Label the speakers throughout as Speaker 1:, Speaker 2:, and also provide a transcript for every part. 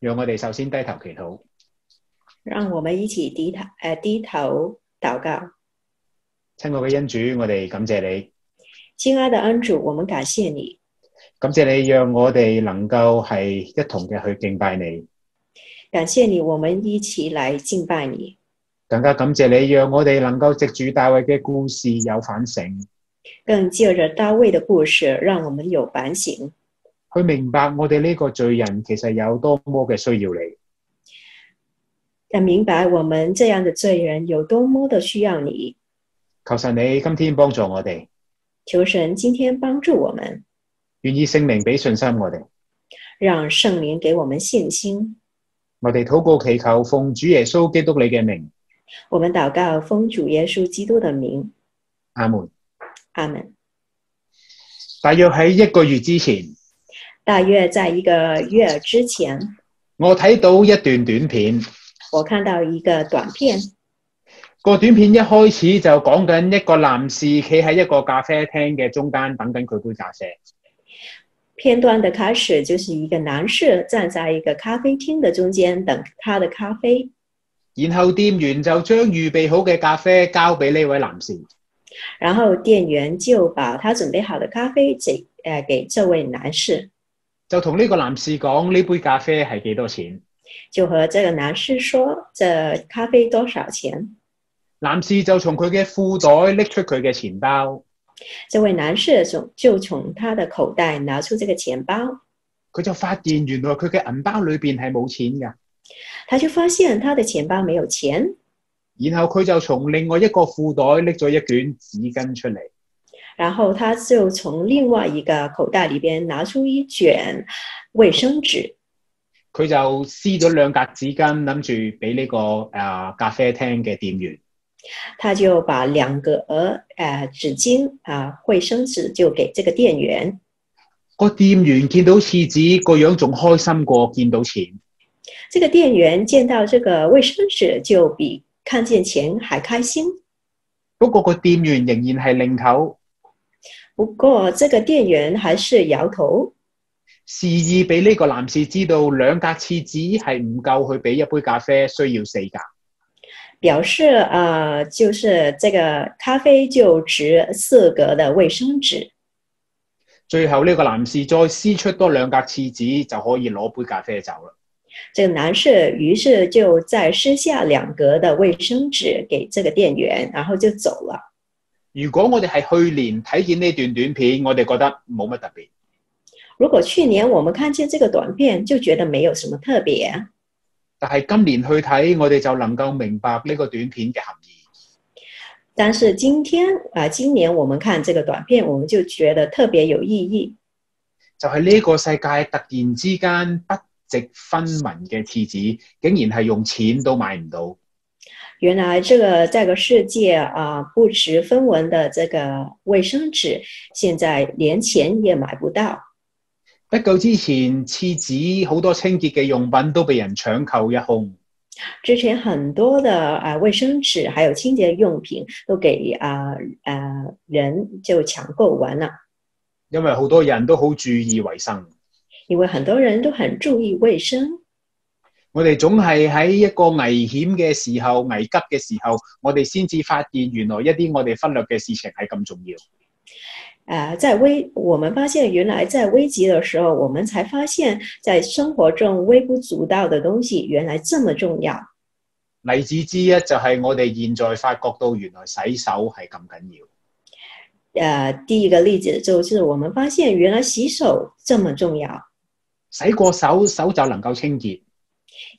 Speaker 1: 讓我哋首先低頭祈禱。
Speaker 2: 让我们一起低头，呃，低头祷告。
Speaker 1: 親愛嘅恩主，我哋感謝你，
Speaker 2: 亲爱的恩主，我们感谢你，
Speaker 1: 感謝你讓我哋能夠係一同嘅去敬拜你，
Speaker 2: 感谢你，我们一起来敬拜你，
Speaker 1: 更加感謝你讓我哋能夠藉住大衛嘅故事有反省，
Speaker 2: 更借着大卫的故事，让我们有反省，
Speaker 1: 去明白我哋呢個罪人其實有多麼嘅需要你。
Speaker 2: 要明白我们这样的罪人有多么的需要你。
Speaker 1: 求神你今天幫助我哋，
Speaker 2: 求神今天帮助我们，
Speaker 1: 願意聖靈俾信心我哋。
Speaker 2: 让圣灵给我们信心。
Speaker 1: 我哋禱告祈求，奉主耶穌基督你嘅名，
Speaker 2: 我们祷告，奉主耶稣基督的名，
Speaker 1: 阿門。
Speaker 2: 阿门。
Speaker 1: 大約喺一個月之前，
Speaker 2: 大约在一个月之前，
Speaker 1: 我睇到一段短片。
Speaker 2: 我看到一个短片，
Speaker 1: 個短片一開始就講緊一個男士企喺一個咖啡廳嘅中間等緊佢杯咖啡。
Speaker 2: 片段的开始就是一个男士站在一个咖啡厅的中间等他的咖啡，
Speaker 1: 然後店員就將預備好嘅咖啡交俾呢位男士。
Speaker 2: 然后店员就把他准备好的咖啡给呃给这位男士，
Speaker 1: 就同呢個男士講呢杯咖啡係幾多錢。
Speaker 2: 就和这个男士说这咖啡多少錢。
Speaker 1: 男士就從佢嘅褲袋拎出佢嘅錢包，
Speaker 2: 这位男士从就从他的口袋拿出这个钱包，
Speaker 1: 佢就發現原來佢嘅銀包裏邊係冇錢㗎。
Speaker 2: 他就发现他的钱包没有钱，
Speaker 1: 然後佢就從另外一個褲袋拎咗一卷紙巾出嚟，
Speaker 2: 然后他就从另外一个口袋里边拿出一卷卫生纸，
Speaker 1: 佢就撕咗兩格紙巾，諗住俾呢個啊咖啡廳嘅店員。
Speaker 2: 他就把两个呃纸巾啊、卫生纸就给这个店员。
Speaker 1: 個店員見到廁紙個樣仲開心過見到錢，
Speaker 2: 这个店员见到这个卫生纸就比看见钱还开心。
Speaker 1: 不過個店員仍然係擰頭，
Speaker 2: 不过这个店员还是摇头，
Speaker 1: 示意俾呢個男士知道兩格廁紙係唔夠去俾一杯咖啡，需要四格。
Speaker 2: 表示呃就是这个咖啡就值四格的卫生纸。
Speaker 1: 最後呢個男士再撕出多兩格廁紙就可以攞杯咖啡走啦。
Speaker 2: 这个男士于是就再撕下两格的卫生纸给这个店员，然后就走了。
Speaker 1: 如果我哋係去年睇見呢段短片，我哋覺得冇乜特別。
Speaker 2: 如果去年我们看见这个短片，就觉得没有什么特别。
Speaker 1: 但係今年去睇，我哋就能夠明白呢個短片嘅含義。
Speaker 2: 但是今天啊、今年我们看这个短片，我们就觉得特别有意义，
Speaker 1: 就係呢個世界突然之間不值分文嘅廁紙，竟然係用錢都買唔到。
Speaker 2: 原来这个这个世界啊、不值分文的这个卫生纸，现在连钱也买不到。
Speaker 1: 不久之前，廁紙好多清潔嘅用品都被人搶購一空。
Speaker 2: 之前很多的啊、卫生纸还有清洁用品都给啊啊、人就抢购完了，
Speaker 1: 因為好多人都好注意衞生，
Speaker 2: 因为很多人都很注意卫生。
Speaker 1: 我哋總係喺一個危險嘅時候、危急嘅時候，我哋先至發現原來一啲我哋忽略嘅事情係咁重要。
Speaker 2: 啊、在危我们发现原来在危急的时候，我们才发现，在生活中微不足道的东西原来这么重要。
Speaker 1: 例子之一就係我哋現在發覺到原來洗手係咁緊要。
Speaker 2: 呃，第一个例子就是我们发现原来洗手这么重要，
Speaker 1: 洗過手，手就能夠清潔。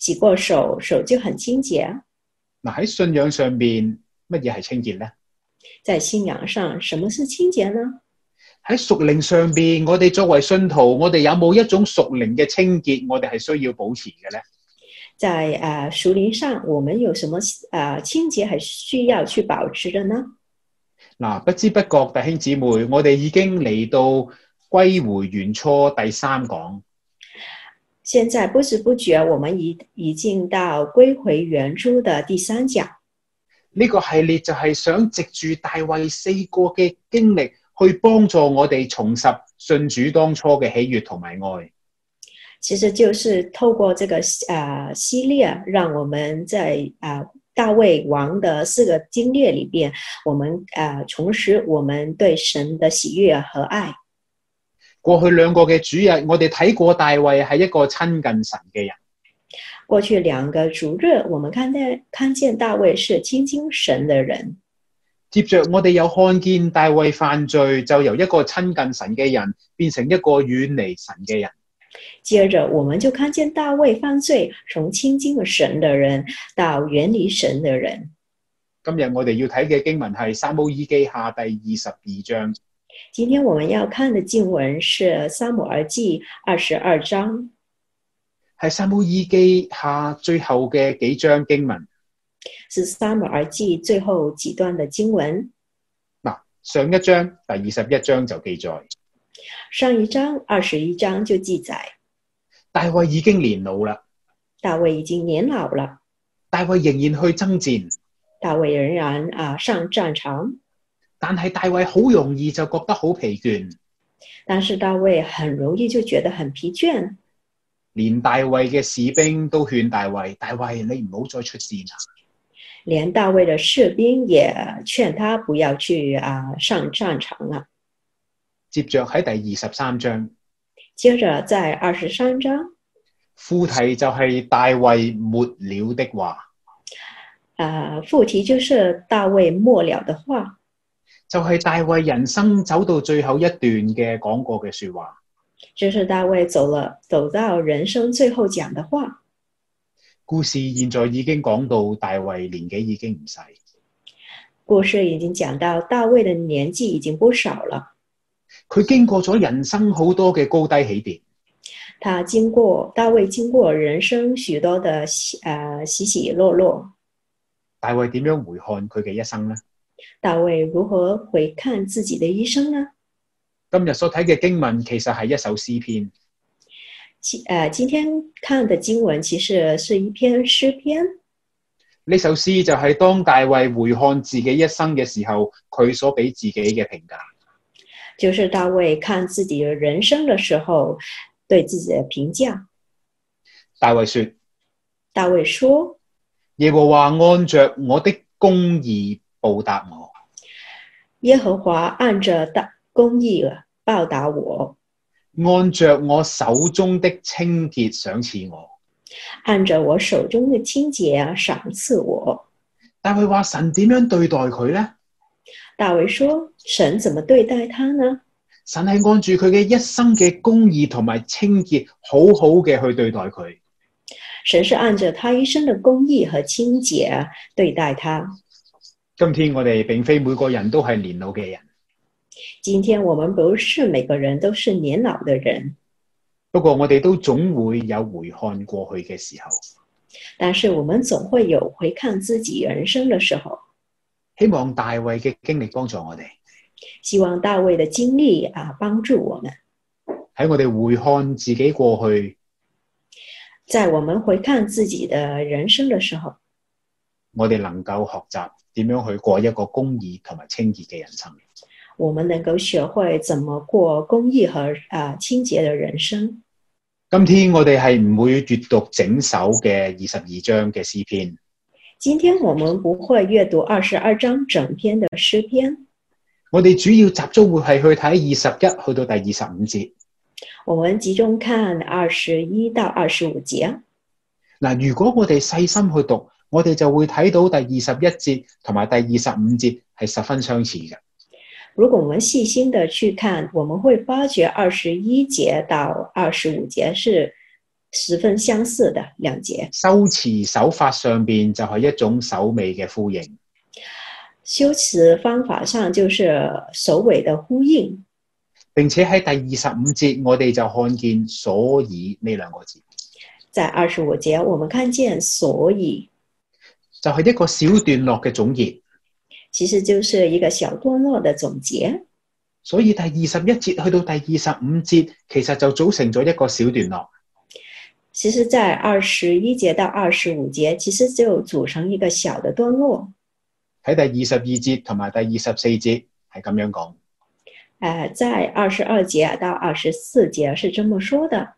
Speaker 2: 洗过手，手就很清洁。
Speaker 1: 嗱喺信仰上邊，乜嘢係清潔呢？
Speaker 2: 在信仰上，什么是清洁呢？
Speaker 1: 喺屬靈上邊，我哋作為信徒，我哋有冇一種屬靈嘅清潔，我哋係需要保持嘅呢？
Speaker 2: 在呃熟龄上，我们有什么呃清洁还需要去保持的呢？
Speaker 1: 嗱，不知不覺，弟兄姊妹，我哋已經嚟到歸回原初第三講。
Speaker 2: 现在不知不觉，我们已已经到归回原初的第三讲。
Speaker 1: 呢、個系列就係想藉住大衛四個嘅經歷，去幫助我哋重拾信主當初嘅喜悅同埋愛。
Speaker 2: 其实就是透过这个啊、呃、系列，让我们在啊、呃、大卫王的四个经略里边，我们啊、呃、重拾我们对神的喜悦和爱。
Speaker 1: 過去兩個嘅主日，我哋睇過大衛係一個親近神嘅人。
Speaker 2: 过去两个主日，我们看见看见大卫是亲近神的人。
Speaker 1: 接着我哋又看見大衛犯罪，就由一個親近神嘅人變成一個遠離神嘅人。
Speaker 2: 接着我们就看见大卫犯罪，从亲近神的人到远离神的人。
Speaker 1: 今日我哋要睇嘅經文係《撒母耳記下》第二十二章。
Speaker 2: 今天我们要看的经文是《撒母耳记》二十二章。
Speaker 1: 係撒母耳記下最後嘅幾章經文。
Speaker 2: 是《撒母耳记》最後幾段的經文。
Speaker 1: 嗱，上一章第二十一章就記載，
Speaker 2: 上一章二十一章就記載，
Speaker 1: 大衛已經年老啦，
Speaker 2: 大衛已經年老了，
Speaker 1: 大衛仍然去爭戰，
Speaker 2: 大衛仍然啊上戰場，
Speaker 1: 但係大衛好容易就覺得好疲倦，
Speaker 2: 但是大衛很容易就覺得很疲倦，
Speaker 1: 連大衛嘅士兵都勸大衛：大衛你唔好再出啊戰啦。
Speaker 2: 連大衛的士兵也勸他不要去啊上戰場了。
Speaker 1: 接着喺第二十三章，
Speaker 2: 接着在二十三章
Speaker 1: 副題就係大衛沒了的話，
Speaker 2: 啊，副題就是大衛末了的話，
Speaker 1: 就係、大衛人生走到最後一段嘅講過嘅说話。
Speaker 2: 这是大衛走了走到人生最後講的話。
Speaker 1: 故事現在已經講到大衛年紀已經唔細，
Speaker 2: 故事已經講到大衛的年紀已經不少了，
Speaker 1: 佢經過咗人生好多嘅高低起跌，
Speaker 2: 他經過大衛經過人生許多的喜呃喜喜落落，
Speaker 1: 大衛點樣回看佢嘅一生呢？
Speaker 2: 大衛如何回看自己的一生呢？
Speaker 1: 今日所睇嘅經文其實係一首詩篇，
Speaker 2: 其呃，今天看的經文其實是一篇詩篇，
Speaker 1: 呢首詩就係當大衛回看自己一生嘅時候，佢所俾自己嘅評價。
Speaker 2: 就是大衛看自己的人生的時候對自己的評價。
Speaker 1: 大衛說：
Speaker 2: 大衛說
Speaker 1: 耶和華按着我的公義報答我，：“
Speaker 2: 耶和華按着大公義報答我，
Speaker 1: 按着我手中的清潔賞賜我。
Speaker 2: 按着我手中的清潔賞賜我。”
Speaker 1: 大衛話：神點樣對待佢呢？
Speaker 2: 大衛說：“神怎麼對待他呢？
Speaker 1: 神係按住佢嘅一生嘅公義同埋清潔，好好嘅去對待佢。
Speaker 2: 神是按着他一生的公義和清潔對待他。
Speaker 1: 今天我哋並非每個人都係年老嘅人，
Speaker 2: 今天我們不是每個人都是年老的人，
Speaker 1: 不過我哋都總會有回看過去嘅時候。
Speaker 2: 但是我們總會有回看自己人生的時候。
Speaker 1: 希望大衛嘅經歷幫助我哋
Speaker 2: 希望大衛的經歷啊，幫助我們，
Speaker 1: 喺我哋回看自己過去，
Speaker 2: 在我們回看自己的人生的時候，
Speaker 1: 我哋能夠學習點樣去過一個公義同埋清潔嘅人生。
Speaker 2: 我們能夠學會怎麼過公義和啊清潔的人生。
Speaker 1: 今天我哋係唔會閱讀整首嘅二十二章嘅詩篇，
Speaker 2: 今天我們不會閱讀二十二章整篇的詩篇，
Speaker 1: 我哋主要集中會係去睇二十一去到第二十五節。
Speaker 2: 我們集中看二十一到二十五節。
Speaker 1: 嗱，如果我哋細心去讀，我哋就會睇到第二十一節同埋第二十五節係十分相似嘅。
Speaker 2: 如果我們細心的去看，我們會发觉二十一节到二十五节是十分相似的两节。
Speaker 1: 修辭手法上邊就係一種首尾嘅呼應。
Speaker 2: 修辞方法上就是首尾的呼應，
Speaker 1: 並且喺第二十五節，我哋就看見所以呢兩個字，
Speaker 2: 在二十五节我們看見，所以
Speaker 1: 就係、一個小段落嘅總結。
Speaker 2: 其實就是一個小段落的總結。
Speaker 1: 所以第二十一節去到第二十五節，其實就組成咗一個小段落。
Speaker 2: 其實，在二十一节到二十五节，其實就組成一個小的段落。
Speaker 1: 喺第二十二節同埋第二十四節係咁樣講。
Speaker 2: 呃，在二十二节到二十四节是這麼說的。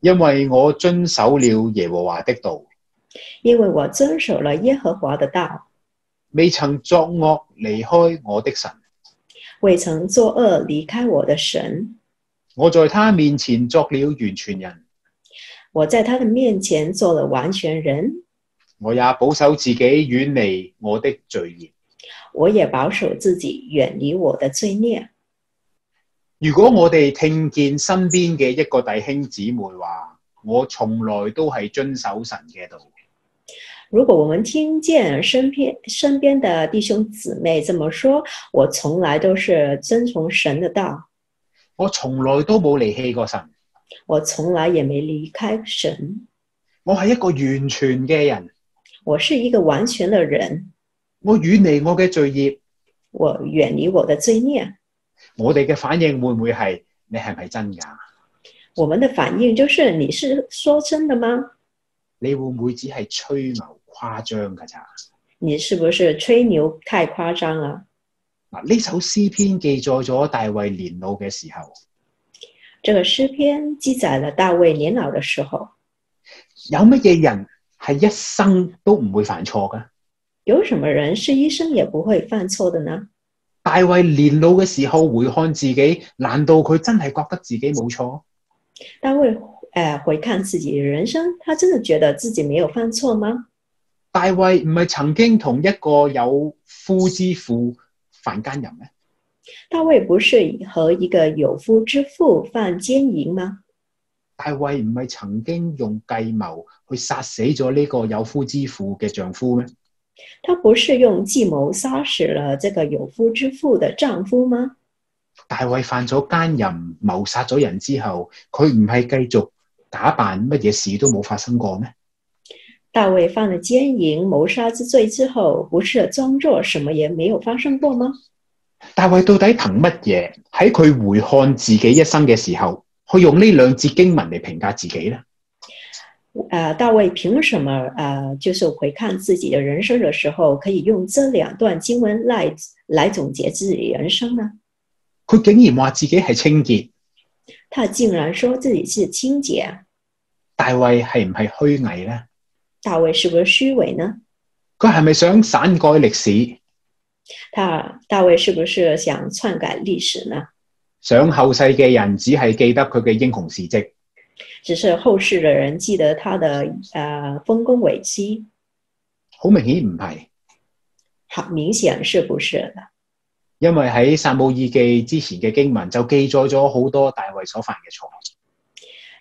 Speaker 1: 因為我遵守了耶和華的道，
Speaker 2: 因为我遵守了耶和华的道，
Speaker 1: 未曾作惡離開我的神。
Speaker 2: 未曾作恶离开我的神。
Speaker 1: 我在他面前作了完全人，
Speaker 2: 我在他的面前做了完全人，
Speaker 1: 我也保守自己遠離我的罪孽。
Speaker 2: 我也保守自己远离我的罪孽。
Speaker 1: 如果我哋聽見身邊嘅一個弟兄姊妹話：我從來都係遵守神嘅道，
Speaker 2: 如果我们听见身边身边的弟兄姊妹这么说，我从来都是遵从神的道，
Speaker 1: 我從來都冇離棄過神，
Speaker 2: 我从来也没离开神，
Speaker 1: 我係一個完全嘅人，
Speaker 2: 我是一个完全的人，
Speaker 1: 我遠離我嘅罪孽，
Speaker 2: 我远离我的罪孽。
Speaker 1: 我哋嘅反應會唔會係你係咪真㗎？
Speaker 2: 我们的反应就是：你是说真的吗？
Speaker 1: 你會唔會只係吹牛誇張㗎咋？
Speaker 2: 你是不是吹牛太夸张啊了？
Speaker 1: 嗱，呢首詩篇記載咗大衛年老嘅時候，
Speaker 2: 这个诗篇记载了大卫年老的时候，
Speaker 1: 有乜嘢人係一生都唔會犯錯㗎？
Speaker 2: 有什么人是一生也不会犯错的呢？
Speaker 1: 大衛年老嘅時候回看自己，難道佢真係覺得自己冇錯？
Speaker 2: 大卫，呃，回看自己的人生，他真的觉得自己没有犯错吗？
Speaker 1: 大衛唔係曾經同一個有夫之婦犯奸淫咩？
Speaker 2: 大卫不是和一个有夫之妇犯奸淫吗？
Speaker 1: 大衛唔係曾經用計謀去殺死咗呢個有夫之婦嘅丈夫咩？
Speaker 2: 他不是用计谋杀死了这个有夫之妇的丈夫吗？
Speaker 1: 大衛犯咗奸淫、謀殺咗人之後，佢唔係繼續假扮乜嘢事都冇發生過咩？
Speaker 2: 大卫犯了奸淫、谋杀之罪之后，不是装作什么也没有发生过吗？
Speaker 1: 大衛到底憑乜嘢喺佢回看自己一生嘅時候，去用呢兩節經文嚟評價自己呢？
Speaker 2: 呃，大卫凭什么呃，就是回看自己的人生的时候，可以用这两段经文来来总结自己人生呢？
Speaker 1: 佢竟然話自己係清潔，
Speaker 2: 他竟然说自己是清洁，啊
Speaker 1: 大衛係唔係虛偽呢？
Speaker 2: 大卫是不是虚伪呢？
Speaker 1: 佢係咪想篡改歷史，
Speaker 2: 大大卫是不是想篡改历史呢？
Speaker 1: 想後世嘅人只係記得佢嘅英雄事蹟？
Speaker 2: 只是后世的人记得他的呃丰功伟绩，
Speaker 1: 好明顯唔係，
Speaker 2: 好明显是不是的？
Speaker 1: 因為喺撒姆耳記之前嘅經文就記載咗好多大衛所犯嘅錯。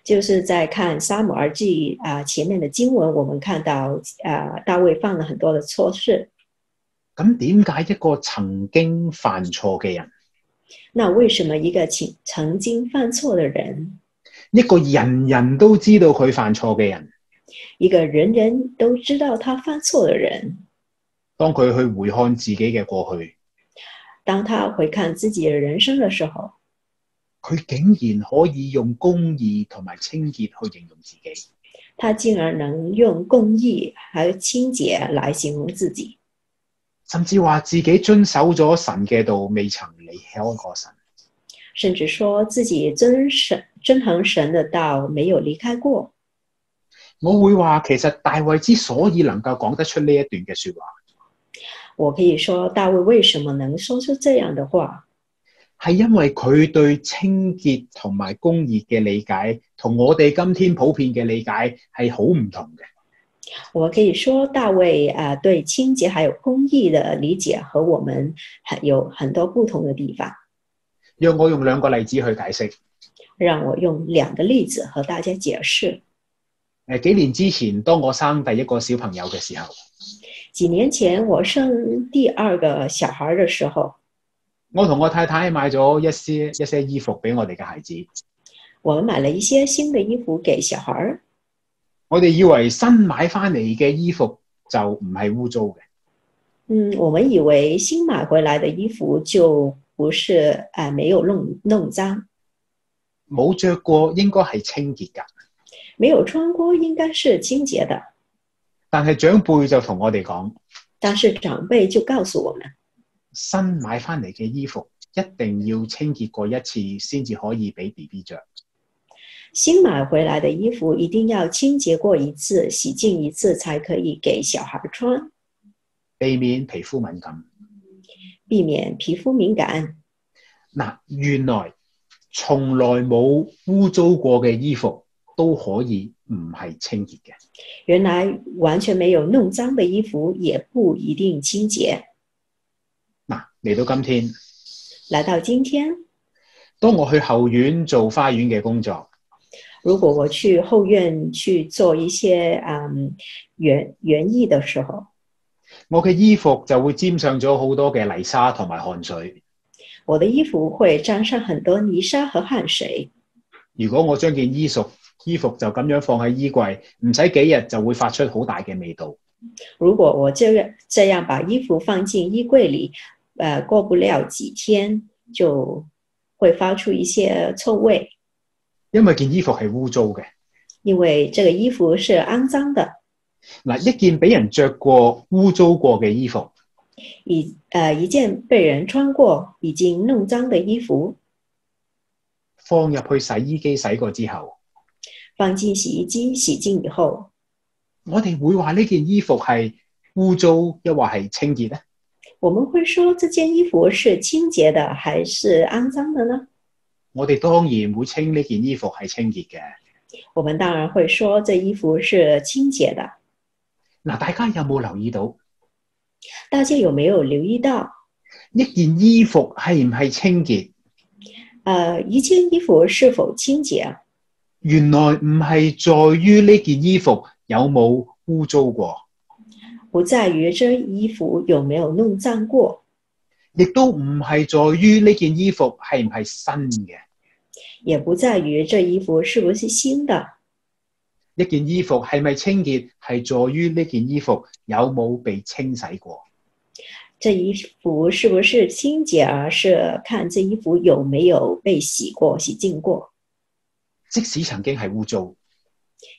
Speaker 2: 就是在看《撒母耳记》啊、前面的经文，我们看到呃大卫犯了很多的错事。
Speaker 1: 咁點解一個曾經犯錯嘅人，
Speaker 2: 那为什么一个曾曾经犯错的人，
Speaker 1: 一個人人都知道佢犯錯嘅人，
Speaker 2: 一个人人都知道他犯错的人，
Speaker 1: 當佢去回看自己嘅過去，
Speaker 2: 当他回看自己的人生的时候，
Speaker 1: 佢竟然可以用公義同埋清潔去形容自己？
Speaker 2: 他竟然能用公义还有清洁来形容自己。
Speaker 1: 甚至話自己遵守咗神嘅道，未曾離開過神。
Speaker 2: 甚至说自己遵神遵行神的道，没有离开过。
Speaker 1: 我會話其實大衛之所以能夠講得出呢一段嘅说話，
Speaker 2: 我可以说，大卫为什么能说出这样的话？
Speaker 1: 係因為佢對清潔同埋公義嘅理解，同我哋今天普遍嘅理解係好唔同嘅。
Speaker 2: 我可以说，大卫啊、呃对清洁还有公义的理解和我们很有很多不同的地方。
Speaker 1: 讓我用兩個例子去解釋。
Speaker 2: 让我用两个例子和大家解释。
Speaker 1: 诶，几年之前，當我生第一個小朋友嘅時候，
Speaker 2: 几年前我生第二个小孩的時候，
Speaker 1: 我同我太太買咗一些一些衣服俾我哋嘅孩子。
Speaker 2: 我们买了一些新的衣服给小孩儿。
Speaker 1: 我哋以為新買翻嚟嘅衣服就唔係污糟嘅，
Speaker 2: 嗯，我们以为新买回来的衣服就不是啊、呃没有弄弄脏，
Speaker 1: 冇着過應該係清潔㗎。
Speaker 2: 没有穿过应该是清洁的，
Speaker 1: 但係長輩就同我哋講。
Speaker 2: 但是长辈就告诉我们，
Speaker 1: 新買翻嚟嘅衣服一定要清潔過一次先至可以俾 B B 着。
Speaker 2: 新买回来的衣服一定要清洁过一次、洗净一次才可以给小孩穿，
Speaker 1: 避免皮膚敏感。
Speaker 2: 避免皮肤敏感。
Speaker 1: 嗱，原來從來冇污糟過嘅衣服都可以唔係清潔嘅。
Speaker 2: 原来完全没有弄脏的衣服也不一定清洁。
Speaker 1: 嗱，嚟到今天，
Speaker 2: 来到今天，
Speaker 1: 當我去後院做花園嘅工作，
Speaker 2: 如果我去后院去做一些嗯园园艺的时候，
Speaker 1: 我嘅衣服就會沾上咗好多嘅泥沙同埋汗水。
Speaker 2: 我的衣服会沾上很多泥沙和汗水。
Speaker 1: 如果我將件衣服衣服就咁樣放喺衣櫃，唔使幾日就會發出好大嘅味道。
Speaker 2: 如果我这样这样把衣服放进衣柜里，呃，过不了几天就会发出一些臭味，
Speaker 1: 因為件衣服係污糟嘅。
Speaker 2: 因为这个衣服是肮脏的。
Speaker 1: 嗱，一件俾人着過、污糟過嘅衣服，
Speaker 2: 一呃一件被人穿过、已经弄脏的衣服，
Speaker 1: 放入去洗衣機洗過之後，
Speaker 2: 放进洗衣机洗净以后，
Speaker 1: 我哋會話呢件衣服係污糟，抑或係清潔咧？
Speaker 2: 我们会说这件衣服是清洁的还是肮脏的呢？
Speaker 1: 我哋當然會稱呢件衣服係清潔嘅。
Speaker 2: 我们当然会说这衣服是清洁的。
Speaker 1: 嗱，大家有冇留意到
Speaker 2: 大家有没有留意到？
Speaker 1: 一件衣服係唔係清潔？
Speaker 2: 呃，一件衣服是否清洁，啊
Speaker 1: 原來唔係在於呢件衣服有冇污糟過，
Speaker 2: 不在于这衣服有没有弄脏过，
Speaker 1: 亦都唔係在於呢件衣服係唔係新嘅。
Speaker 2: 也不在于这衣服是不是新的。
Speaker 1: 一件衣服係咪清潔，係在於呢件衣服有冇被清洗過。
Speaker 2: 这衣服是不是清洁，而是看这衣服有没有被洗过、洗净过。
Speaker 1: 即使曾經係污糟，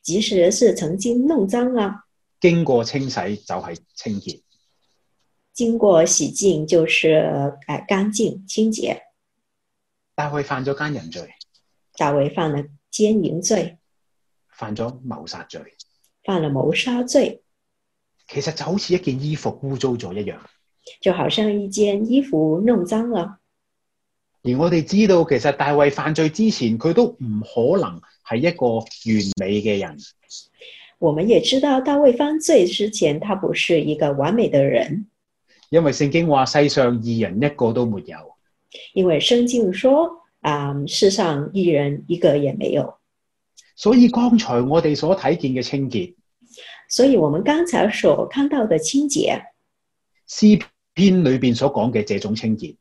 Speaker 2: 即使是曾经弄脏啊了，
Speaker 1: 經過清洗就係清潔。
Speaker 2: 经过洗净就是哎干净、清洁。
Speaker 1: 大衛犯咗奸人罪，
Speaker 2: 大卫犯了奸淫罪，
Speaker 1: 犯咗謀殺罪，
Speaker 2: 犯了谋杀罪，
Speaker 1: 其實就好似一件衣服污糟咗一樣。
Speaker 2: 就好像一件衣服弄脏了。
Speaker 1: 而我哋知道，其實大衛犯罪之前，佢都唔可能係一個完美嘅人。
Speaker 2: 我们也知道大卫犯罪之前，他不是一个完美的人，
Speaker 1: 因為聖經話世上二人一個都沒有，
Speaker 2: 因为圣经说啊、世上一人一个也没有。
Speaker 1: 所以剛才我哋所睇見嘅清潔，
Speaker 2: 所以，我们刚才所看到的清洁，
Speaker 1: 詩篇裏邊所講嘅這種清潔，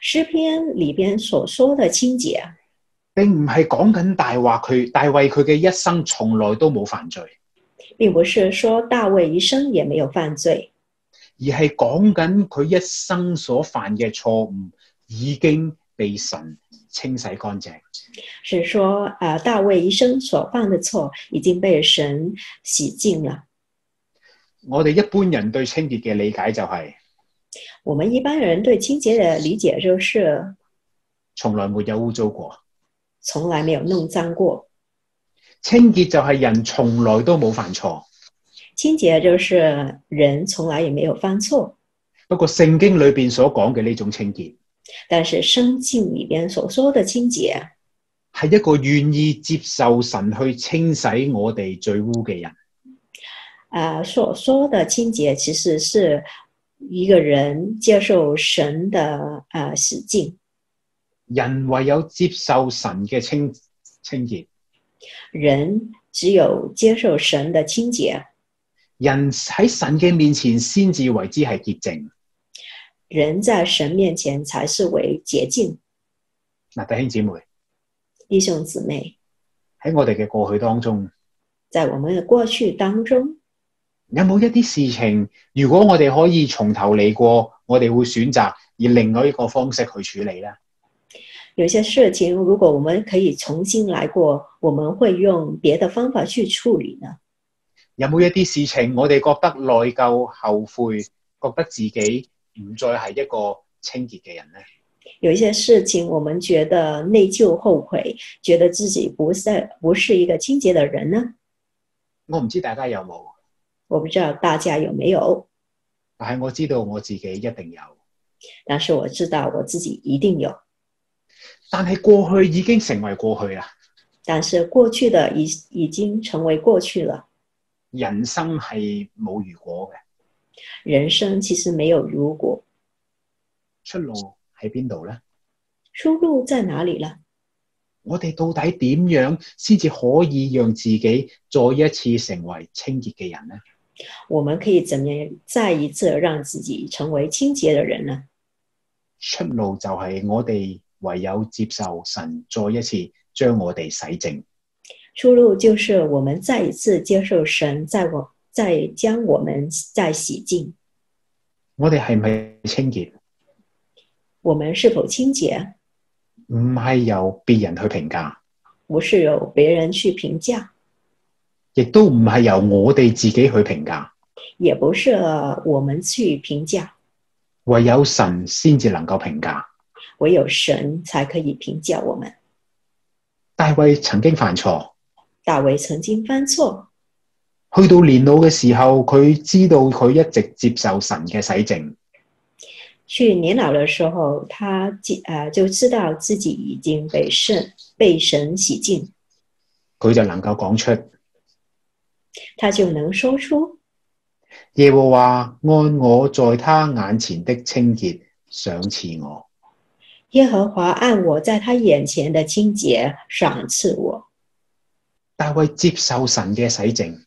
Speaker 2: 诗篇里边所說的清洁，
Speaker 1: 並唔係講緊大話佢大衛佢嘅一生從來都冇犯罪，
Speaker 2: 并不是说大卫一生也没有犯罪，
Speaker 1: 而係講緊佢一生所犯嘅錯誤已經被神清洗乾淨。
Speaker 2: 是说啊、大卫一生所犯的错已经被神洗净了。
Speaker 1: 我哋一般人對清潔嘅理解就係、
Speaker 2: 我们一般人对清洁的理解就是
Speaker 1: 從來沒有污糟過。
Speaker 2: 从来没有弄脏过，
Speaker 1: 清潔就係人從來都冇犯錯，
Speaker 2: 清洁就是人从来也没有犯错，
Speaker 1: 不過聖經裏邊所講嘅呢種清潔，
Speaker 2: 但是生境里边所说的清洁，
Speaker 1: 係一個願意接受神去清洗我哋罪污嘅人。
Speaker 2: 啊、所说的清洁其实是一个人接受神的啊、使劲，
Speaker 1: 人唯有接受神嘅清清潔，
Speaker 2: 人只有接受神的清洁，
Speaker 1: 人喺神嘅面前先至為之係潔淨。
Speaker 2: 人在神面前才是为洁净。
Speaker 1: 嗱，弟兄姊妹
Speaker 2: 弟兄姊妹，
Speaker 1: 喺我哋嘅過去當中，
Speaker 2: 在我们的过去当中，
Speaker 1: 有冇一啲事情，如果我哋可以從頭嚟過，我哋會選擇以另外一個方式去處理呢？
Speaker 2: 有些事情如果我们可以重新来过，我们会用别的方法去处理呢？
Speaker 1: 有冇一啲事情我哋覺得內疚、後悔，覺得自己唔再係一個清潔嘅人呢？
Speaker 2: 有一些事情我们觉得内疚、后悔，觉得自己不是不是一个清洁的人呢？
Speaker 1: 我唔知大家有冇，
Speaker 2: 我不知道大家有没有，
Speaker 1: 但係我知道我自己一定有。
Speaker 2: 但是我知道我自己一定有。
Speaker 1: 但係過去已經成為過去啦，
Speaker 2: 但是过去的已已经成为过去了，
Speaker 1: 人生係冇如果嘅，
Speaker 2: 人生其实没有如果，
Speaker 1: 出路喺邊度呢？
Speaker 2: 出路在哪里呢？
Speaker 1: 我哋到底點樣先至可以讓自己再一次成為清潔嘅人呢？
Speaker 2: 我们可以怎么样再一次让自己成为清洁的人呢？
Speaker 1: 出路就係我哋唯有接受神再一次將我哋洗淨。
Speaker 2: 出路就是我们再一次接受神，在我再将我们再洗净。
Speaker 1: 我哋係咪清潔？
Speaker 2: 我们是否清洁，
Speaker 1: 唔係由別人去評價，
Speaker 2: 不是由别人去评价，
Speaker 1: 亦都唔係由我哋自己去評價，
Speaker 2: 也不是呃我们去评价，
Speaker 1: 唯有神先至能夠評價。
Speaker 2: 唯有神才可以评价我们。
Speaker 1: 大衛曾經犯錯，
Speaker 2: 大卫曾经犯错，
Speaker 1: 去到年老嘅時候，佢知道佢一直接受神嘅洗淨，
Speaker 2: 去年老的时候，他记呃就知道自己已经被圣被神洗净，
Speaker 1: 佢就能夠講出
Speaker 2: 他就能说出
Speaker 1: 耶和華按我在他眼前的清潔賞賜我。
Speaker 2: 耶和华按我在他眼前的清洁赏赐我。
Speaker 1: 大衛接受神嘅洗淨，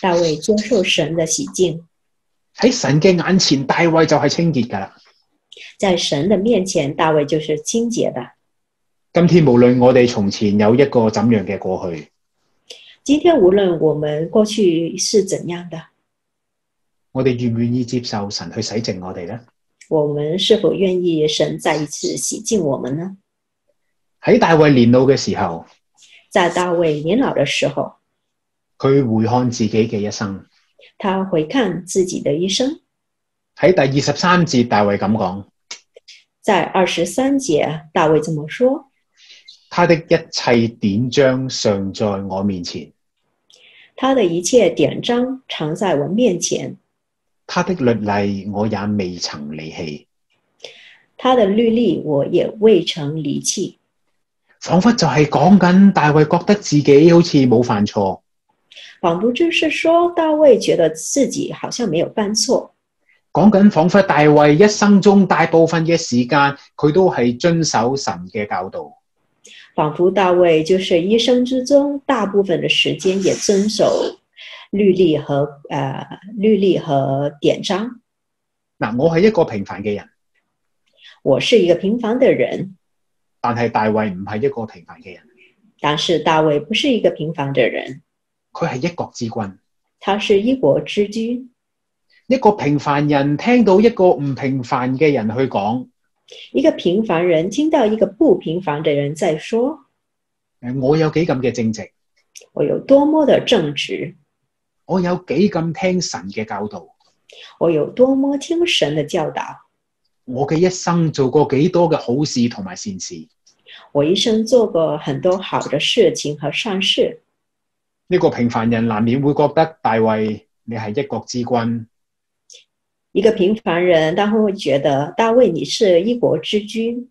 Speaker 2: 大卫接受神的洗净，
Speaker 1: 喺神嘅眼前，大衛就係清潔㗎啦。
Speaker 2: 在神的面前，大卫就是清洁的。
Speaker 1: 今天無論我哋從前有一個怎樣嘅過去，
Speaker 2: 今天无论我们过去是怎样的，
Speaker 1: 我哋願唔願意接受神去洗淨我哋呢？
Speaker 2: 我们是否愿意神再一次洗净我们呢？
Speaker 1: 喺大衛年老嘅時候，
Speaker 2: 在大卫年老的时候，
Speaker 1: 佢回看自己嘅一生。
Speaker 2: 他回看自己的一生，
Speaker 1: 喺第二十三節，大衛咁講：
Speaker 2: 在二十三节，大卫这么说
Speaker 1: 他的一切典章尚在我面前，：“
Speaker 2: 他的一切典章常在我面前，
Speaker 1: 他的律例我也未曾離棄。
Speaker 2: 他的律例我也未曾离弃。”
Speaker 1: 彷彿就係講緊大衛覺得自己好似冇犯錯，
Speaker 2: 仿佛就是说，大卫觉得自己好像没有犯错，
Speaker 1: 講緊彷彿大衛一生中大部分嘅時間，佢都係遵守神嘅教導。
Speaker 2: 仿佛大卫就是一生之中大部分的时间也遵守律例和呃律例和典章。
Speaker 1: 嗱，我係一個平凡嘅人，
Speaker 2: 我是一个平凡的人，
Speaker 1: 但係大衛唔係一個平凡嘅人，
Speaker 2: 但是大卫不是一个平凡的人，
Speaker 1: 佢係一國之君。
Speaker 2: 他是一国之君。
Speaker 1: 一個平凡人聽到一個唔平凡嘅人去講，
Speaker 2: 一个平凡人听到一个不平凡的人在说
Speaker 1: 誒我有幾咁嘅正直，
Speaker 2: 我有多么的正直，
Speaker 1: 我有幾咁聽神嘅教導，
Speaker 2: 我有多么听神的教导，
Speaker 1: 我嘅一生做過幾多嘅好事同埋善事。
Speaker 2: 我一生做过很多好的事情和善事。
Speaker 1: 一個平凡人難免會覺得大衛你係一國之君，
Speaker 2: 一个平凡人，他会觉得大卫你是一国之君，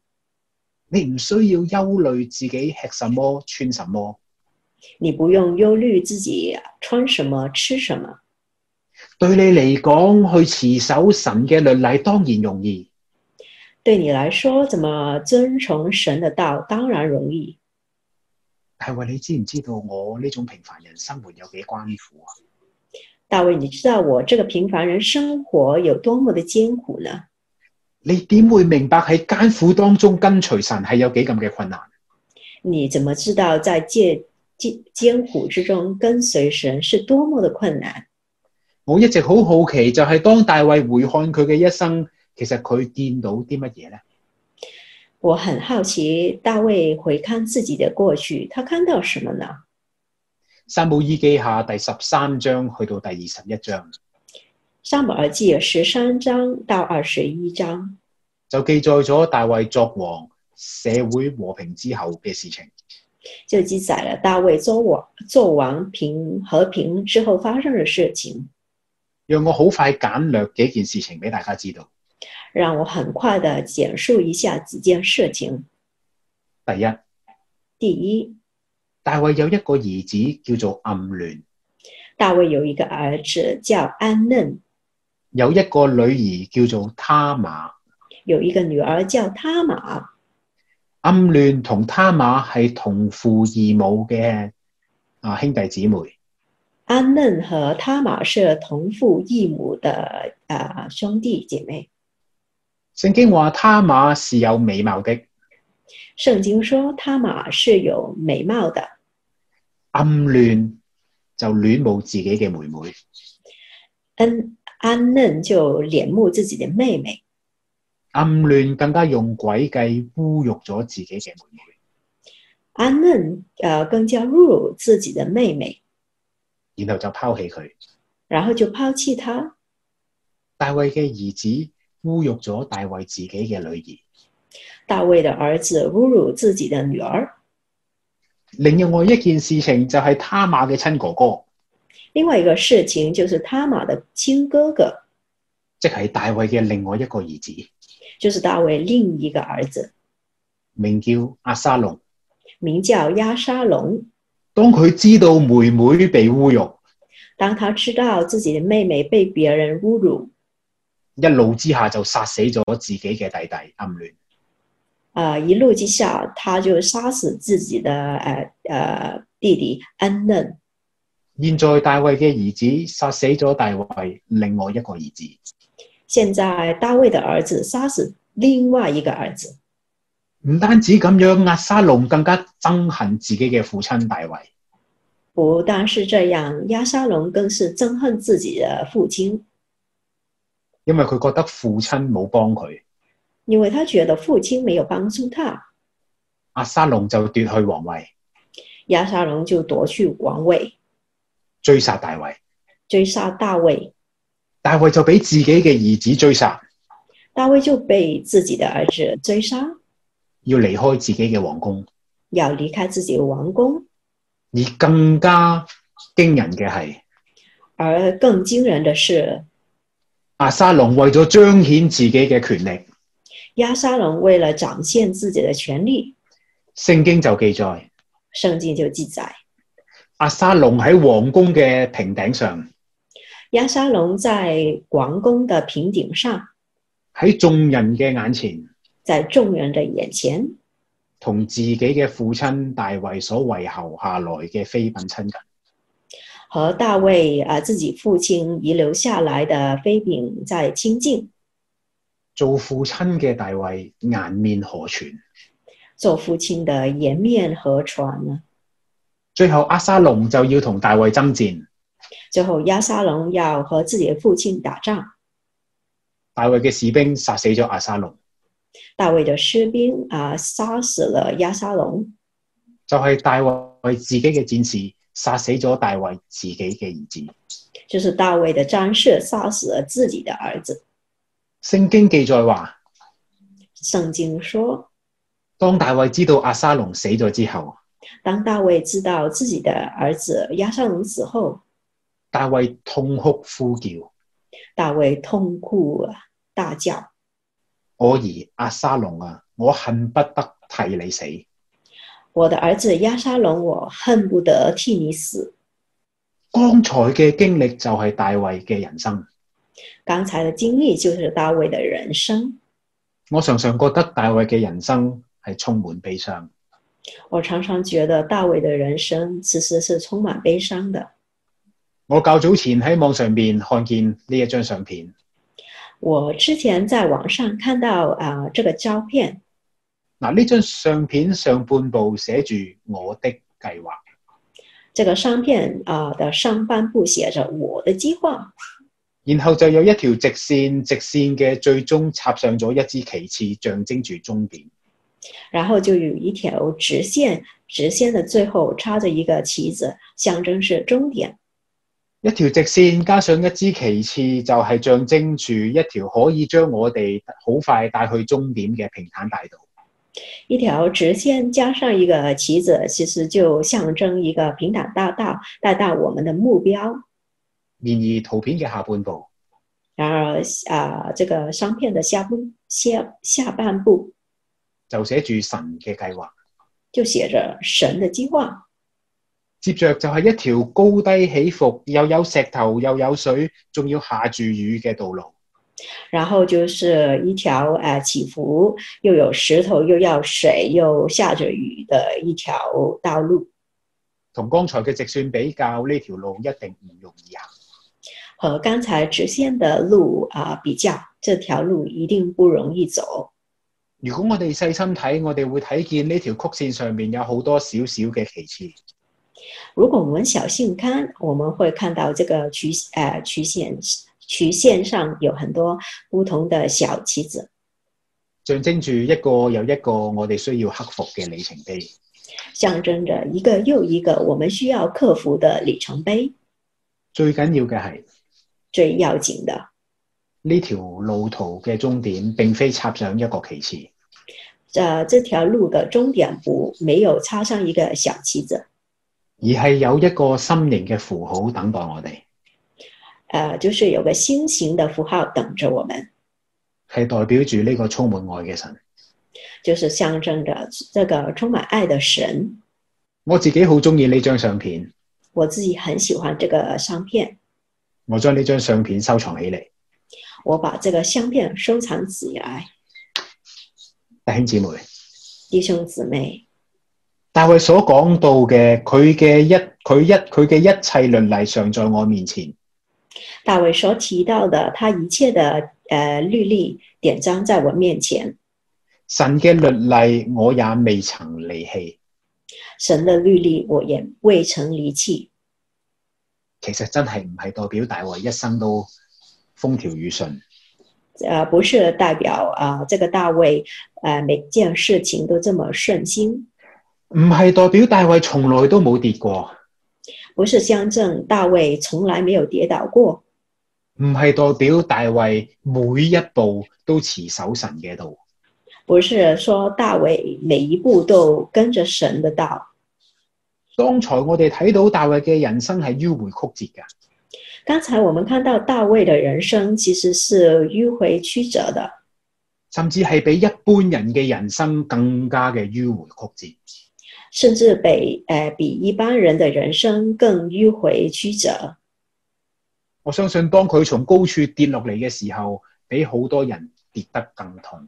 Speaker 1: 你唔需要憂慮自己吃什麼穿什麼。
Speaker 2: 你不用忧虑自己穿什么吃什么。
Speaker 1: 對你嚟講，去持守神嘅律例當然容易，
Speaker 2: 对你来说，怎么遵从神的道当然容易。
Speaker 1: 大衛，你知唔知道我呢種平凡人生活有幾艱苦啊？
Speaker 2: 大卫，你知道我这个平凡人生活有多么的艰苦呢？
Speaker 1: 你點會明白喺艱苦當中跟隨神係有幾咁嘅困難？
Speaker 2: 你怎么知道在艰艰艰苦之中跟随神是多么的困难？
Speaker 1: 我一直好好奇，就係當大衛回看佢嘅一生，其實佢見到啲乜嘢呢？
Speaker 2: 我很好奇，大卫回看自己的过去，他看到什么呢？
Speaker 1: 撒母耳記下第十三章去到第二十一章。
Speaker 2: 撒母耳记十三章到二十一章，
Speaker 1: 就記載咗大衛作王社會和平之後嘅事情。
Speaker 2: 就记载了大卫做王做王平和平之后发生的事情，
Speaker 1: 讓我好快簡略幾件事情俾大家知道。
Speaker 2: 让我很快的简述一下几件事情。
Speaker 1: 第一，
Speaker 2: 第一，
Speaker 1: 大衛有一個兒子叫做暗嫩，
Speaker 2: 大卫有一个儿子叫安嫩，
Speaker 1: 有一個女兒叫做他瑪。
Speaker 2: 有一个女儿叫他玛。
Speaker 1: 暗嫩同他瑪係同父異母嘅啊兄弟姊妹。
Speaker 2: 安嫩和他玛是同父异母的呃兄弟姐妹。
Speaker 1: 聖經話他瑪是有美貌的，
Speaker 2: 圣经说他玛是有美貌的，
Speaker 1: 暗嫩就戀慕自己嘅妹妹。
Speaker 2: 恩安嫩就怜慕自己的妹妹，
Speaker 1: 暗嫩更加用詭計污辱咗自己嘅妹妹。
Speaker 2: 安嫩呃更加侮辱自己的妹妹，
Speaker 1: 然後就拋棄佢。
Speaker 2: 然后就抛弃她。
Speaker 1: 大衛嘅兒子侮辱咗大衛自己嘅女兒。
Speaker 2: 大卫的儿子侮辱自己的女儿。
Speaker 1: 另外一件事情就係他瑪嘅親哥哥，
Speaker 2: 另外一个事情就是他玛的亲哥哥，
Speaker 1: 即係大衛嘅另外一個兒子，
Speaker 2: 就是大卫另一个儿子，
Speaker 1: 名叫阿沙龍。
Speaker 2: 名叫押沙龙。
Speaker 1: 當佢知道妹妹被侮辱，
Speaker 2: 当他知道自己的妹妹被别人侮辱，
Speaker 1: 一怒之下就殺死咗自己嘅弟弟暗嫩。
Speaker 2: 呃，一怒之下，他就杀死自己的呃呃弟弟安嫩。
Speaker 1: 現在大衛嘅兒子殺死咗大衛另外一個兒子，
Speaker 2: 现在大卫的儿子杀死另外一个儿子，
Speaker 1: 唔單止咁樣，阿沙龍更加憎恨自己嘅父親大衛。
Speaker 2: 不但是这样，押沙龙更是憎恨自己的父亲，
Speaker 1: 因為佢覺得父親冇幫佢，
Speaker 2: 因为他觉得父亲没有帮助他，
Speaker 1: 阿沙龍就奪去皇位，
Speaker 2: 押沙龙就夺去王位，
Speaker 1: 追殺大衛。
Speaker 2: 追杀大卫。
Speaker 1: 大衛就俾自己嘅兒子追殺，
Speaker 2: 大卫就被自己的儿子追杀，
Speaker 1: 要離開自己嘅皇宮。
Speaker 2: 要离开自己的王宫。
Speaker 1: 而更加驚人嘅係，
Speaker 2: 而更惊人的是，
Speaker 1: 阿沙龍為咗彰顯自己嘅權力，
Speaker 2: 押沙龙为了展现自己的权利，
Speaker 1: 聖經就記載
Speaker 2: 圣经就记载，
Speaker 1: 阿沙龍喺皇宮嘅平頂上，
Speaker 2: 押沙龙在王宫的平顶上，
Speaker 1: 喺眾人嘅眼前，
Speaker 2: 在众人的眼前
Speaker 1: 同自己嘅父親大衛所遺留下來嘅妃嫔親近。
Speaker 2: 和大卫啊自己父亲遗留下来的妃嫔在亲近。
Speaker 1: 做父親嘅大衛顏面何存？
Speaker 2: 做父亲的颜面啊何存呢？
Speaker 1: 最後阿沙龍就要同大衛爭戰，
Speaker 2: 最后，押沙龙要和自己的父亲打仗，
Speaker 1: 大衛嘅士兵殺死咗阿沙龍，
Speaker 2: 大卫的士兵啊杀死了押沙龙，
Speaker 1: 就係大衛自己嘅戰士殺死咗大衛自己嘅兒子。
Speaker 2: 就是大卫的战士杀死了自己的儿子。
Speaker 1: 聖經記載話，
Speaker 2: 圣经说，
Speaker 1: 當大衛知道阿沙龍死咗之後，
Speaker 2: 当大卫知道自己的儿子押沙龙死后，
Speaker 1: 大衛痛哭呼叫：
Speaker 2: 大卫痛哭啊大叫
Speaker 1: 我兒阿沙龍啊，我恨不得替你死！：“
Speaker 2: 我的儿子押沙龙，我恨不得替你死！”
Speaker 1: 剛才嘅經歷就係大衛嘅人生。
Speaker 2: 刚才的经历就是大卫的人生。
Speaker 1: 我常常覺得大衛嘅人生係充滿悲傷。
Speaker 2: 我常常觉得大卫的人生其实是充满悲伤的。
Speaker 1: 我較早前喺網上邊看見呢一張相片，
Speaker 2: 我之前在网上看到啊、这个照片，
Speaker 1: 嗱呢張相片上半部寫住我的計劃，
Speaker 2: 这个相片啊、的上半部写着“我的计划
Speaker 1: 然後就有一條直線，直線嘅最終插上咗一支旗幟，象徵住終點。”，
Speaker 2: 然后就有一条直线，直线的最后插着一个旗子，象征是终点。
Speaker 1: 一條直線加上一支旗幟，就係象徵住一條可以將我哋好快帶去終點嘅平坦大道。
Speaker 2: 一条直线加上一个旗子，其实就象征一个平坦大道，带到我们的目标。
Speaker 1: 然而圖片嘅下半部，
Speaker 2: 然而啊、这个商片的下部下下半部
Speaker 1: 就寫住神嘅計劃，
Speaker 2: 就写着神的计划，
Speaker 1: 接着就係一條高低起伏，又有石頭又有水，仲要下住雨嘅道路。
Speaker 2: 然后就是一条呃起伏，又有石头，又要水，又下着雨的一条道路。
Speaker 1: 同剛才嘅直線比較，呢條路一定唔容易行。
Speaker 2: 和刚才直线的路啊、比较，这条路一定不容易走。
Speaker 1: 如果我哋細心睇，我哋會睇見呢條曲線上面有好多小小嘅旗幟。
Speaker 2: 如果我们小心看，我们会看到这个曲呃曲线曲线上有很多不同的小旗子，
Speaker 1: 象徵住一個又一個我哋需要克服嘅里程碑。
Speaker 2: 象征着一个又一个我们需要克服的里程碑。
Speaker 1: 最緊要嘅係
Speaker 2: 最要紧的，
Speaker 1: 呢條路途嘅終點並非插上一個旗
Speaker 2: 呃，这条路的终点不没有插上一个小旗子，
Speaker 1: 幟，而係有一個心形嘅符號等待我哋，
Speaker 2: 呃，就是有个心形的符号等着我们，
Speaker 1: 係代表住呢個充滿愛嘅神。
Speaker 2: 就是象征着这个充满爱的神。
Speaker 1: 我自己好中意呢張相片，
Speaker 2: 我自己很喜欢这个相片，
Speaker 1: 我將呢張相片收藏起嚟。
Speaker 2: 我把这个相片收藏起来。
Speaker 1: 弟兄姊妹，
Speaker 2: 弟兄姊妹，
Speaker 1: 大衛所講到嘅，佢嘅一佢一佢嘅一切律例常在我面前。
Speaker 2: 大卫所提到的，他一切的呃律例典章在我面前，
Speaker 1: 神嘅律例我也未曾離棄，
Speaker 2: 神的律例我也未曾离弃。
Speaker 1: 其實真係唔係代表大衛一生都風調雨順，
Speaker 2: 呃，不是代表啊、这个大卫呃每件事情都这么顺心，
Speaker 1: 唔係代表大衛從來都冇跌過，
Speaker 2: 不是相证大卫从来没有跌倒过，
Speaker 1: 唔係代表大衛每一步都持守神嘅道。
Speaker 2: 不是说大卫每一步都跟着神的道。
Speaker 1: 剛才我哋睇到大衛嘅人生係迂迴曲折嘅，
Speaker 2: 刚才我们看到大卫的人生其实是迂回曲折的，
Speaker 1: 甚至係比一般人嘅人生更加嘅迂迴曲折。
Speaker 2: 甚至比呃比一般人的人生更迂回曲折。
Speaker 1: 我相信當佢從高處跌落嚟嘅時候，比好多人跌得更痛。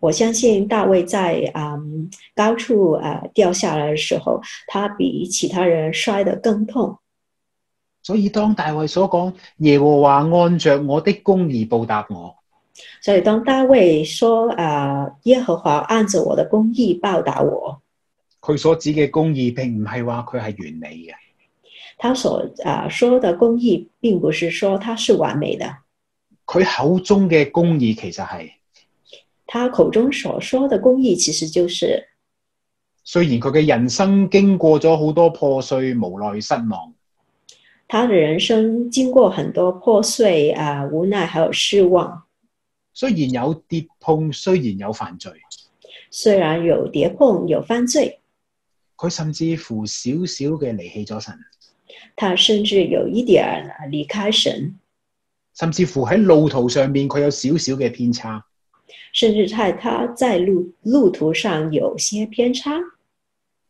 Speaker 2: 我相信大卫在嗯高处啊、呃掉下来的时候，他比其他人摔得更痛。
Speaker 1: 所以當大衛所講耶和華按着我的公義報答我，
Speaker 2: 所以当大卫说啊、呃耶和华按着我的公义报答我，
Speaker 1: 佢所指嘅公義並唔係話佢係完美嘅，
Speaker 2: 他所啊、呃说的公义，并不是说他是完美的，
Speaker 1: 佢口中嘅公義其實係
Speaker 2: 他口中所说的公义，其实就是
Speaker 1: 雖然佢嘅人生經過咗好多破碎、無奈、失望，
Speaker 2: 他的人生经过很多破碎啊、呃无奈还有失望，
Speaker 1: 雖然有跌碰，雖然有犯罪，
Speaker 2: 虽然有跌碰有犯罪，
Speaker 1: 佢甚至乎少少嘅離棄咗神，
Speaker 2: 他甚至有一点儿离开神。
Speaker 1: 甚至乎喺路途上面佢有少少嘅偏差，
Speaker 2: 甚至在他在路路途上有些偏差，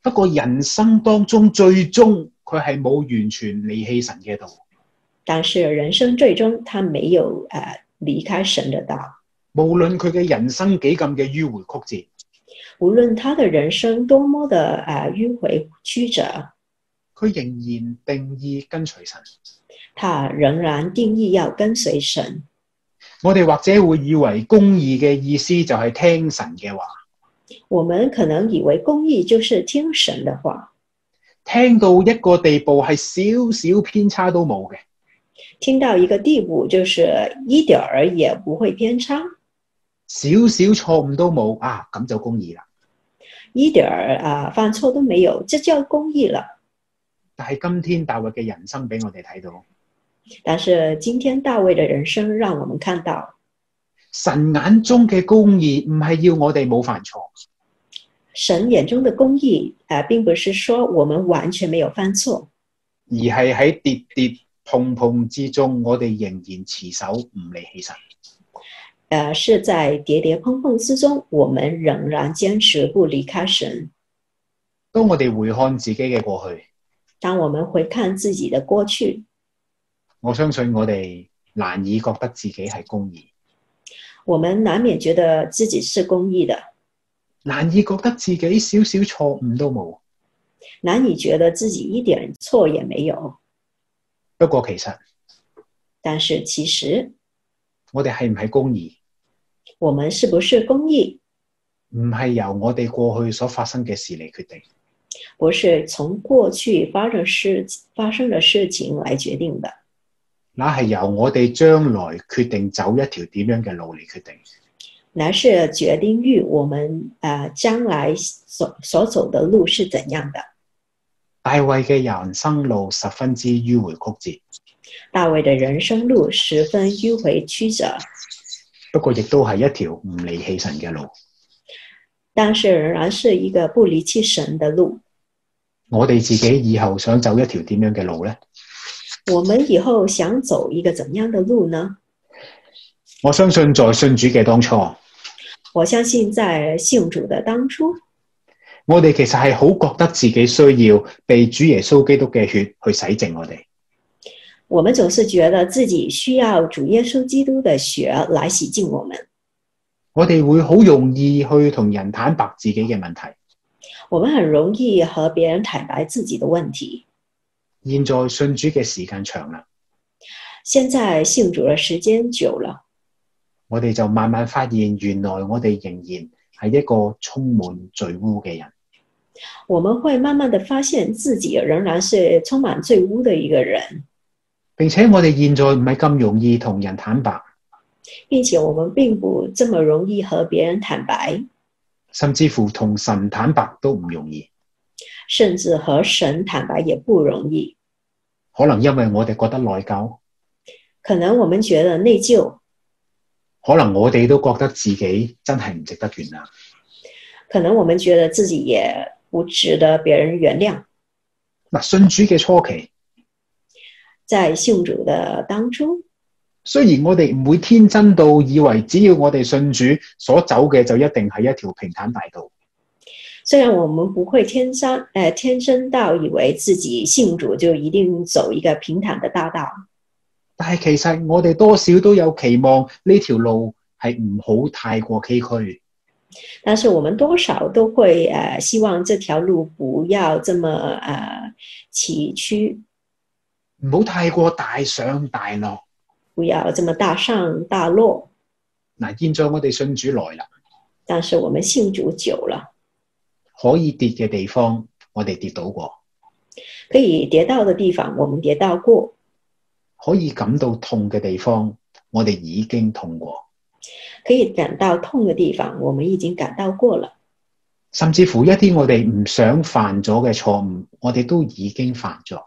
Speaker 1: 不過人生當中最終佢係冇完全離棄神嘅道。
Speaker 2: 但是人生最终他没有呃离开神的道。
Speaker 1: 無論佢嘅人生幾咁嘅迂迴曲折，
Speaker 2: 无论他的人生多么的呃迂回曲折，
Speaker 1: 佢仍然定義跟隨神。
Speaker 2: 他仍然定义要跟隨神。
Speaker 1: 我哋或者會以為公義嘅意思就係聽神嘅話，
Speaker 2: 我们可能以为公义就是听神的话，
Speaker 1: 聽到一個地步係少少偏差都冇嘅。
Speaker 2: 听到一个地步就是一点儿也不会偏差，
Speaker 1: 少少錯誤都冇啊，咁就公義啦。
Speaker 2: 一点儿啊、呃犯错都没有，这叫公义了。
Speaker 1: 但係今天大衛嘅人生俾我哋睇到，
Speaker 2: 但是今天大卫的人生让我们看到，
Speaker 1: 神眼中嘅公義唔係要我哋冇犯錯，
Speaker 2: 神眼中的公义啊、呃并不是说我们完全没有犯错，
Speaker 1: 而係喺跌跌碰碰之中，我哋仍然持守唔離棄神。
Speaker 2: 呃，是在跌跌碰碰之中，我们仍然坚持不离开神。
Speaker 1: 當我哋回看自己嘅過去，
Speaker 2: 当我们回看自己的过去，
Speaker 1: 我相信我哋難以覺得自己係公義，
Speaker 2: 我们难免觉得自己是公义的，
Speaker 1: 難以覺得自己少少錯誤都冇。
Speaker 2: 难以觉得自己一点错也没有。
Speaker 1: 不過其實
Speaker 2: 但是其实
Speaker 1: 我哋係唔係公義，
Speaker 2: 我们是不是公义，
Speaker 1: 唔係由我哋過去所發生嘅事嚟決定。
Speaker 2: 不是从过去发生事发生的事情来决定的，
Speaker 1: 那係由我哋將來決定走一條點樣嘅路嚟決定。
Speaker 2: 乃是决定于我们呃将来所所走的路是怎样的。
Speaker 1: 大衛嘅人生路十分之迂迴曲折，
Speaker 2: 大卫的人生路十分迂回曲折，
Speaker 1: 不過亦都係一條唔離棄神嘅路。
Speaker 2: 但是仍然是一个不离弃神的路。
Speaker 1: 我哋自己以後想走一條點樣嘅路呢？
Speaker 2: 我们以后想走一个怎样的路呢？
Speaker 1: 我相信在信主嘅當初，
Speaker 2: 我相信在信主的当初，
Speaker 1: 我哋其實係好覺得自己需要被主耶穌基督嘅血去洗淨我哋。
Speaker 2: 我们总是觉得自己需要主耶稣基督的血来洗净我们，
Speaker 1: 我哋會好容易去同人坦白自己嘅問題。
Speaker 2: 我们很容易和别人坦白自己的问题。
Speaker 1: 現在信主嘅時間長啦，
Speaker 2: 现在信主的时间久了，
Speaker 1: 我哋就慢慢發現，原來我哋仍然係一個充滿罪污嘅人。
Speaker 2: 我们会慢慢的发现自己仍然是充满罪污的一个人，
Speaker 1: 並且我哋現在唔係咁容易同人坦白，
Speaker 2: 并且我们并不这么容易和别人坦白，
Speaker 1: 甚至乎同神坦白都唔容易。
Speaker 2: 甚至和神坦白也不容易。
Speaker 1: 可能因為我哋覺得內疚，
Speaker 2: 可能我们觉得内疚，
Speaker 1: 可能我哋都覺得自己真係唔值得原諒。
Speaker 2: 可能我们觉得自己也不值得别人原谅。
Speaker 1: 嗱，信主嘅初期，
Speaker 2: 在信主的当初，
Speaker 1: 雖然我哋唔會天真到以為只要我哋信主所走嘅就一定係一條平坦大道，
Speaker 2: 虽然我们不会天生呃天生到以为自己信主就一定走一个平坦的大道，
Speaker 1: 但係其實我哋多少都有期望呢條路係唔好太過崎嶇。
Speaker 2: 但是我们多少都会呃希望这条路不要这么呃崎岖，
Speaker 1: 唔好太過大上大落。
Speaker 2: 不要这么大上大落。
Speaker 1: 嗱，現在我哋信主來啦，
Speaker 2: 但是我们信主久了，
Speaker 1: 可以跌嘅地方，我哋跌到過；
Speaker 2: 可以跌到的地方我们跌到过，
Speaker 1: 可以感到痛嘅地方，我哋已經痛過；
Speaker 2: 可以感到痛的地方我们已经感到过了。
Speaker 1: 甚至乎一啲我哋唔想犯咗嘅錯誤，我哋都已經犯咗。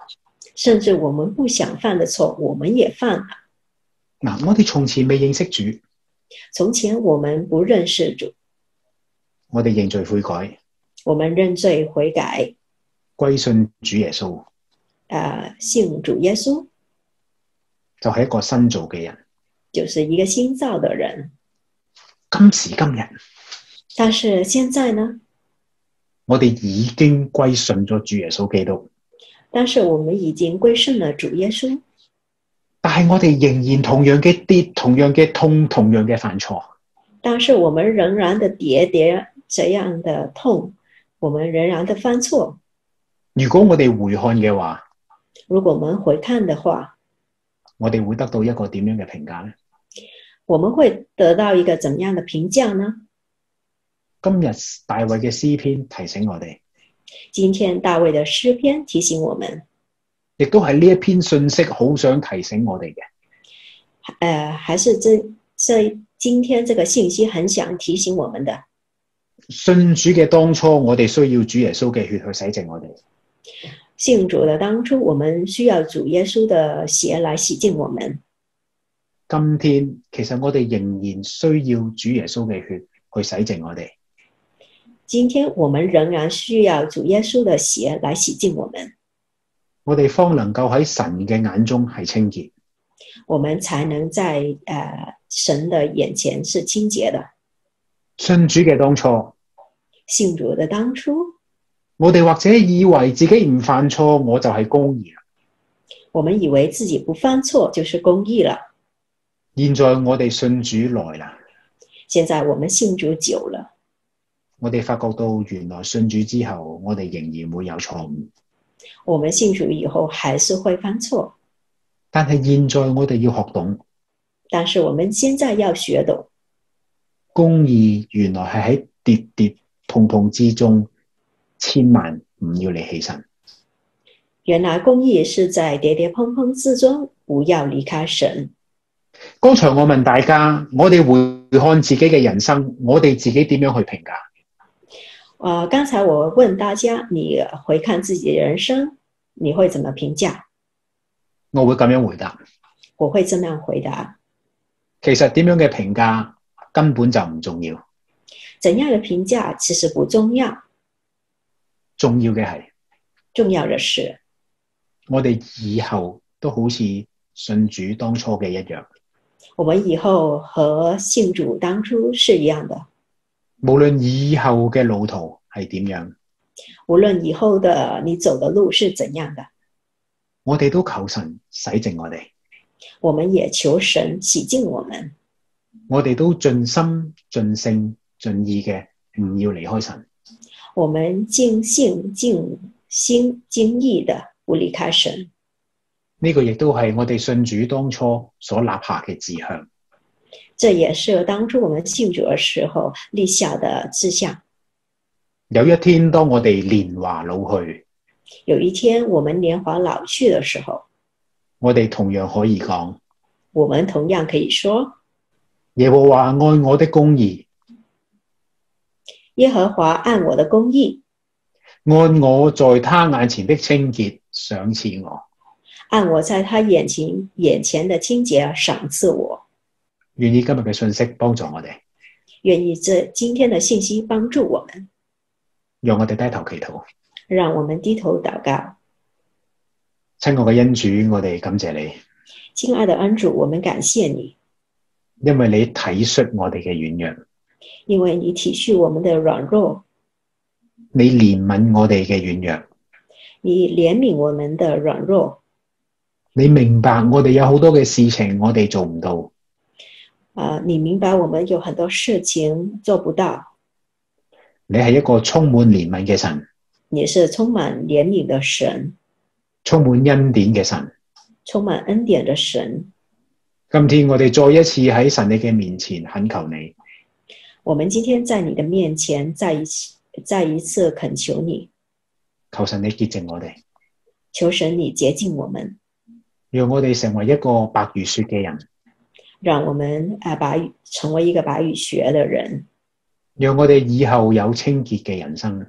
Speaker 2: 甚至我们不想犯的错，我们也犯了。
Speaker 1: 嗱，我哋從前未認識主，
Speaker 2: 从前我们不认识主，
Speaker 1: 我哋認罪悔改，
Speaker 2: 我们认罪悔改，
Speaker 1: 歸信主耶穌，
Speaker 2: 呃，信主耶稣，
Speaker 1: 就係一個新造嘅人。
Speaker 2: 就是一个新造的人。
Speaker 1: 今時今日，
Speaker 2: 但是现在呢？
Speaker 1: 我哋已經歸信咗主耶穌基督，
Speaker 2: 但是我们已经归顺了主耶稣，
Speaker 1: 但係我哋仍然同樣嘅跌，同樣嘅痛，同樣嘅犯錯。
Speaker 2: 但是我们仍然的喋喋这样的痛，我们仍然的犯错。
Speaker 1: 如果我哋回看嘅話，
Speaker 2: 如果我们回看的话，
Speaker 1: 我哋會得到一個點樣嘅評價呢？
Speaker 2: 我们会得到一个怎么样的评价呢？
Speaker 1: 今日大衛嘅詩篇提醒我哋，
Speaker 2: 今天大卫的诗篇提醒我们，
Speaker 1: 亦都係呢一篇信息好想提醒我哋嘅。
Speaker 2: 呃，还是这这今天这个信息很想提醒我们的，
Speaker 1: 信主嘅當初，我哋需要主耶穌嘅血去洗淨我哋。
Speaker 2: 信主的当初，我们需要主耶稣的血来洗净我们。
Speaker 1: 今天其實我哋仍然需要主耶穌嘅血去洗淨我哋。
Speaker 2: 今天我们仍然需要主耶穌的血来洗净我们，
Speaker 1: 我哋方能夠喺神嘅眼中係清潔。
Speaker 2: 我们才能在呃神的眼前是清洁的。
Speaker 1: 信主嘅當初，
Speaker 2: 信主的当初，
Speaker 1: 我哋或者以為自己唔犯錯，我就係公義啦。
Speaker 2: 我们以为自己不犯错就是公义了。
Speaker 1: 現在我哋信主耐啦，
Speaker 2: 现在我们信主久了，
Speaker 1: 我哋發覺到原來信主之後，我哋仍然會有錯誤。
Speaker 2: 我们信主以后还是会犯错，
Speaker 1: 但係現在我哋要學懂
Speaker 2: 但是我们现在要学懂，
Speaker 1: 公義，原來係喺跌跌碰碰之中，千萬唔要你起身。
Speaker 2: 原来公义是在跌跌碰碰之中，不要离开神。
Speaker 1: 剛才我問大家，我哋回看自己嘅人生，我哋自己點樣去評價？
Speaker 2: 呃，刚才我问大家，你回看自己的人生，你会怎么评价？
Speaker 1: 我會咁樣回答。
Speaker 2: 我会这么样回答：
Speaker 1: 其實點樣嘅評價根本就唔重要，
Speaker 2: 怎样的评价其实不重要，
Speaker 1: 重要嘅係
Speaker 2: 重要的是
Speaker 1: 我哋以後都好似信主當初嘅一樣，
Speaker 2: 我们以后和信主当初是一样的，
Speaker 1: 無論以後嘅路途係點樣，
Speaker 2: 无论以后的你走的路是怎样的，
Speaker 1: 我哋都求神洗淨我哋，
Speaker 2: 我们也求神洗净我们，
Speaker 1: 我哋都盡心盡性盡意嘅唔要離開神。
Speaker 2: 我们尽性尽心尽意的不离开神。
Speaker 1: 呢、個亦都係我哋信主當初所立下嘅志向。
Speaker 2: 这也是当初我们信主的时候立下的志向。
Speaker 1: 有一天，當我哋年華老去，
Speaker 2: 有一天我们年华老去的时候，
Speaker 1: 我哋同樣可以講：
Speaker 2: 我们同样可以说：
Speaker 1: 耶和華愛我的公義，
Speaker 2: 耶和华按我的公义，
Speaker 1: 按我在他眼前的清潔賞賜我。
Speaker 2: 按我在他眼前眼前的清洁赏赐我。
Speaker 1: 願意今日嘅信息幫助我哋，
Speaker 2: 愿意这今天的信息帮助我们，
Speaker 1: 讓我哋低頭祈禱。
Speaker 2: 让我们低头祷告。
Speaker 1: 親愛嘅恩主，我哋感謝你，
Speaker 2: 亲爱的恩主，我们感谢你，
Speaker 1: 因為你體恤我哋嘅軟弱，
Speaker 2: 因为你体恤我们的软弱，
Speaker 1: 你憐憫我哋嘅軟弱，
Speaker 2: 你怜悯我们的软弱。
Speaker 1: 你明白我哋有好多嘅事情我哋做唔到，
Speaker 2: 啊、你明白我们有很多事情做不到，
Speaker 1: 你係一個充滿憐憫嘅神，
Speaker 2: 你是充满怜悯的神，
Speaker 1: 充滿恩典嘅神。
Speaker 2: 充满恩典的神。
Speaker 1: 今天我哋再一次喺神你嘅面前懇求你，
Speaker 2: 我们今天在你的面前再一次再一次恳求你，
Speaker 1: 求神你潔淨我哋，
Speaker 2: 求神你洁净我们，
Speaker 1: 讓我哋成為一個白如雪嘅人，
Speaker 2: 让我们啊把成为一个把语学的人，
Speaker 1: 讓我哋以後有清潔嘅人生。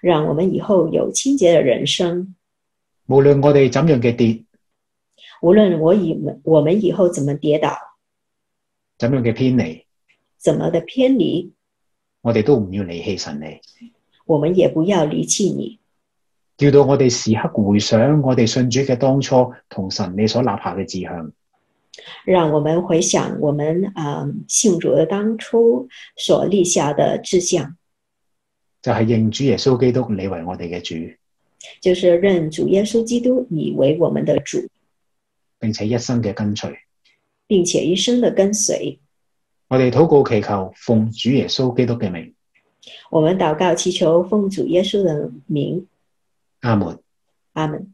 Speaker 2: 让我们以后有清洁的人生。
Speaker 1: 無論我哋怎樣嘅跌，
Speaker 2: 无论我以我们以后怎么跌倒，
Speaker 1: 怎樣嘅偏離，
Speaker 2: 怎么的偏离，
Speaker 1: 我哋都唔要離棄神你。
Speaker 2: 我们也不要离弃你，
Speaker 1: 叫到我哋時刻回想我哋信主嘅當初同神你所立下嘅志向，
Speaker 2: 让我们回想我们啊、呃信主的当初所立下的志向，
Speaker 1: 就係、認主耶穌基督你為我哋嘅主，
Speaker 2: 就是认主耶稣基督你为我们的主，
Speaker 1: 並且一生嘅跟隨。
Speaker 2: 并且一生的跟随。
Speaker 1: 我哋禱告祈求，奉主耶穌基督嘅名，
Speaker 2: 我们祷告祈求，奉主耶稣的名，
Speaker 1: 阿門。
Speaker 2: 阿门。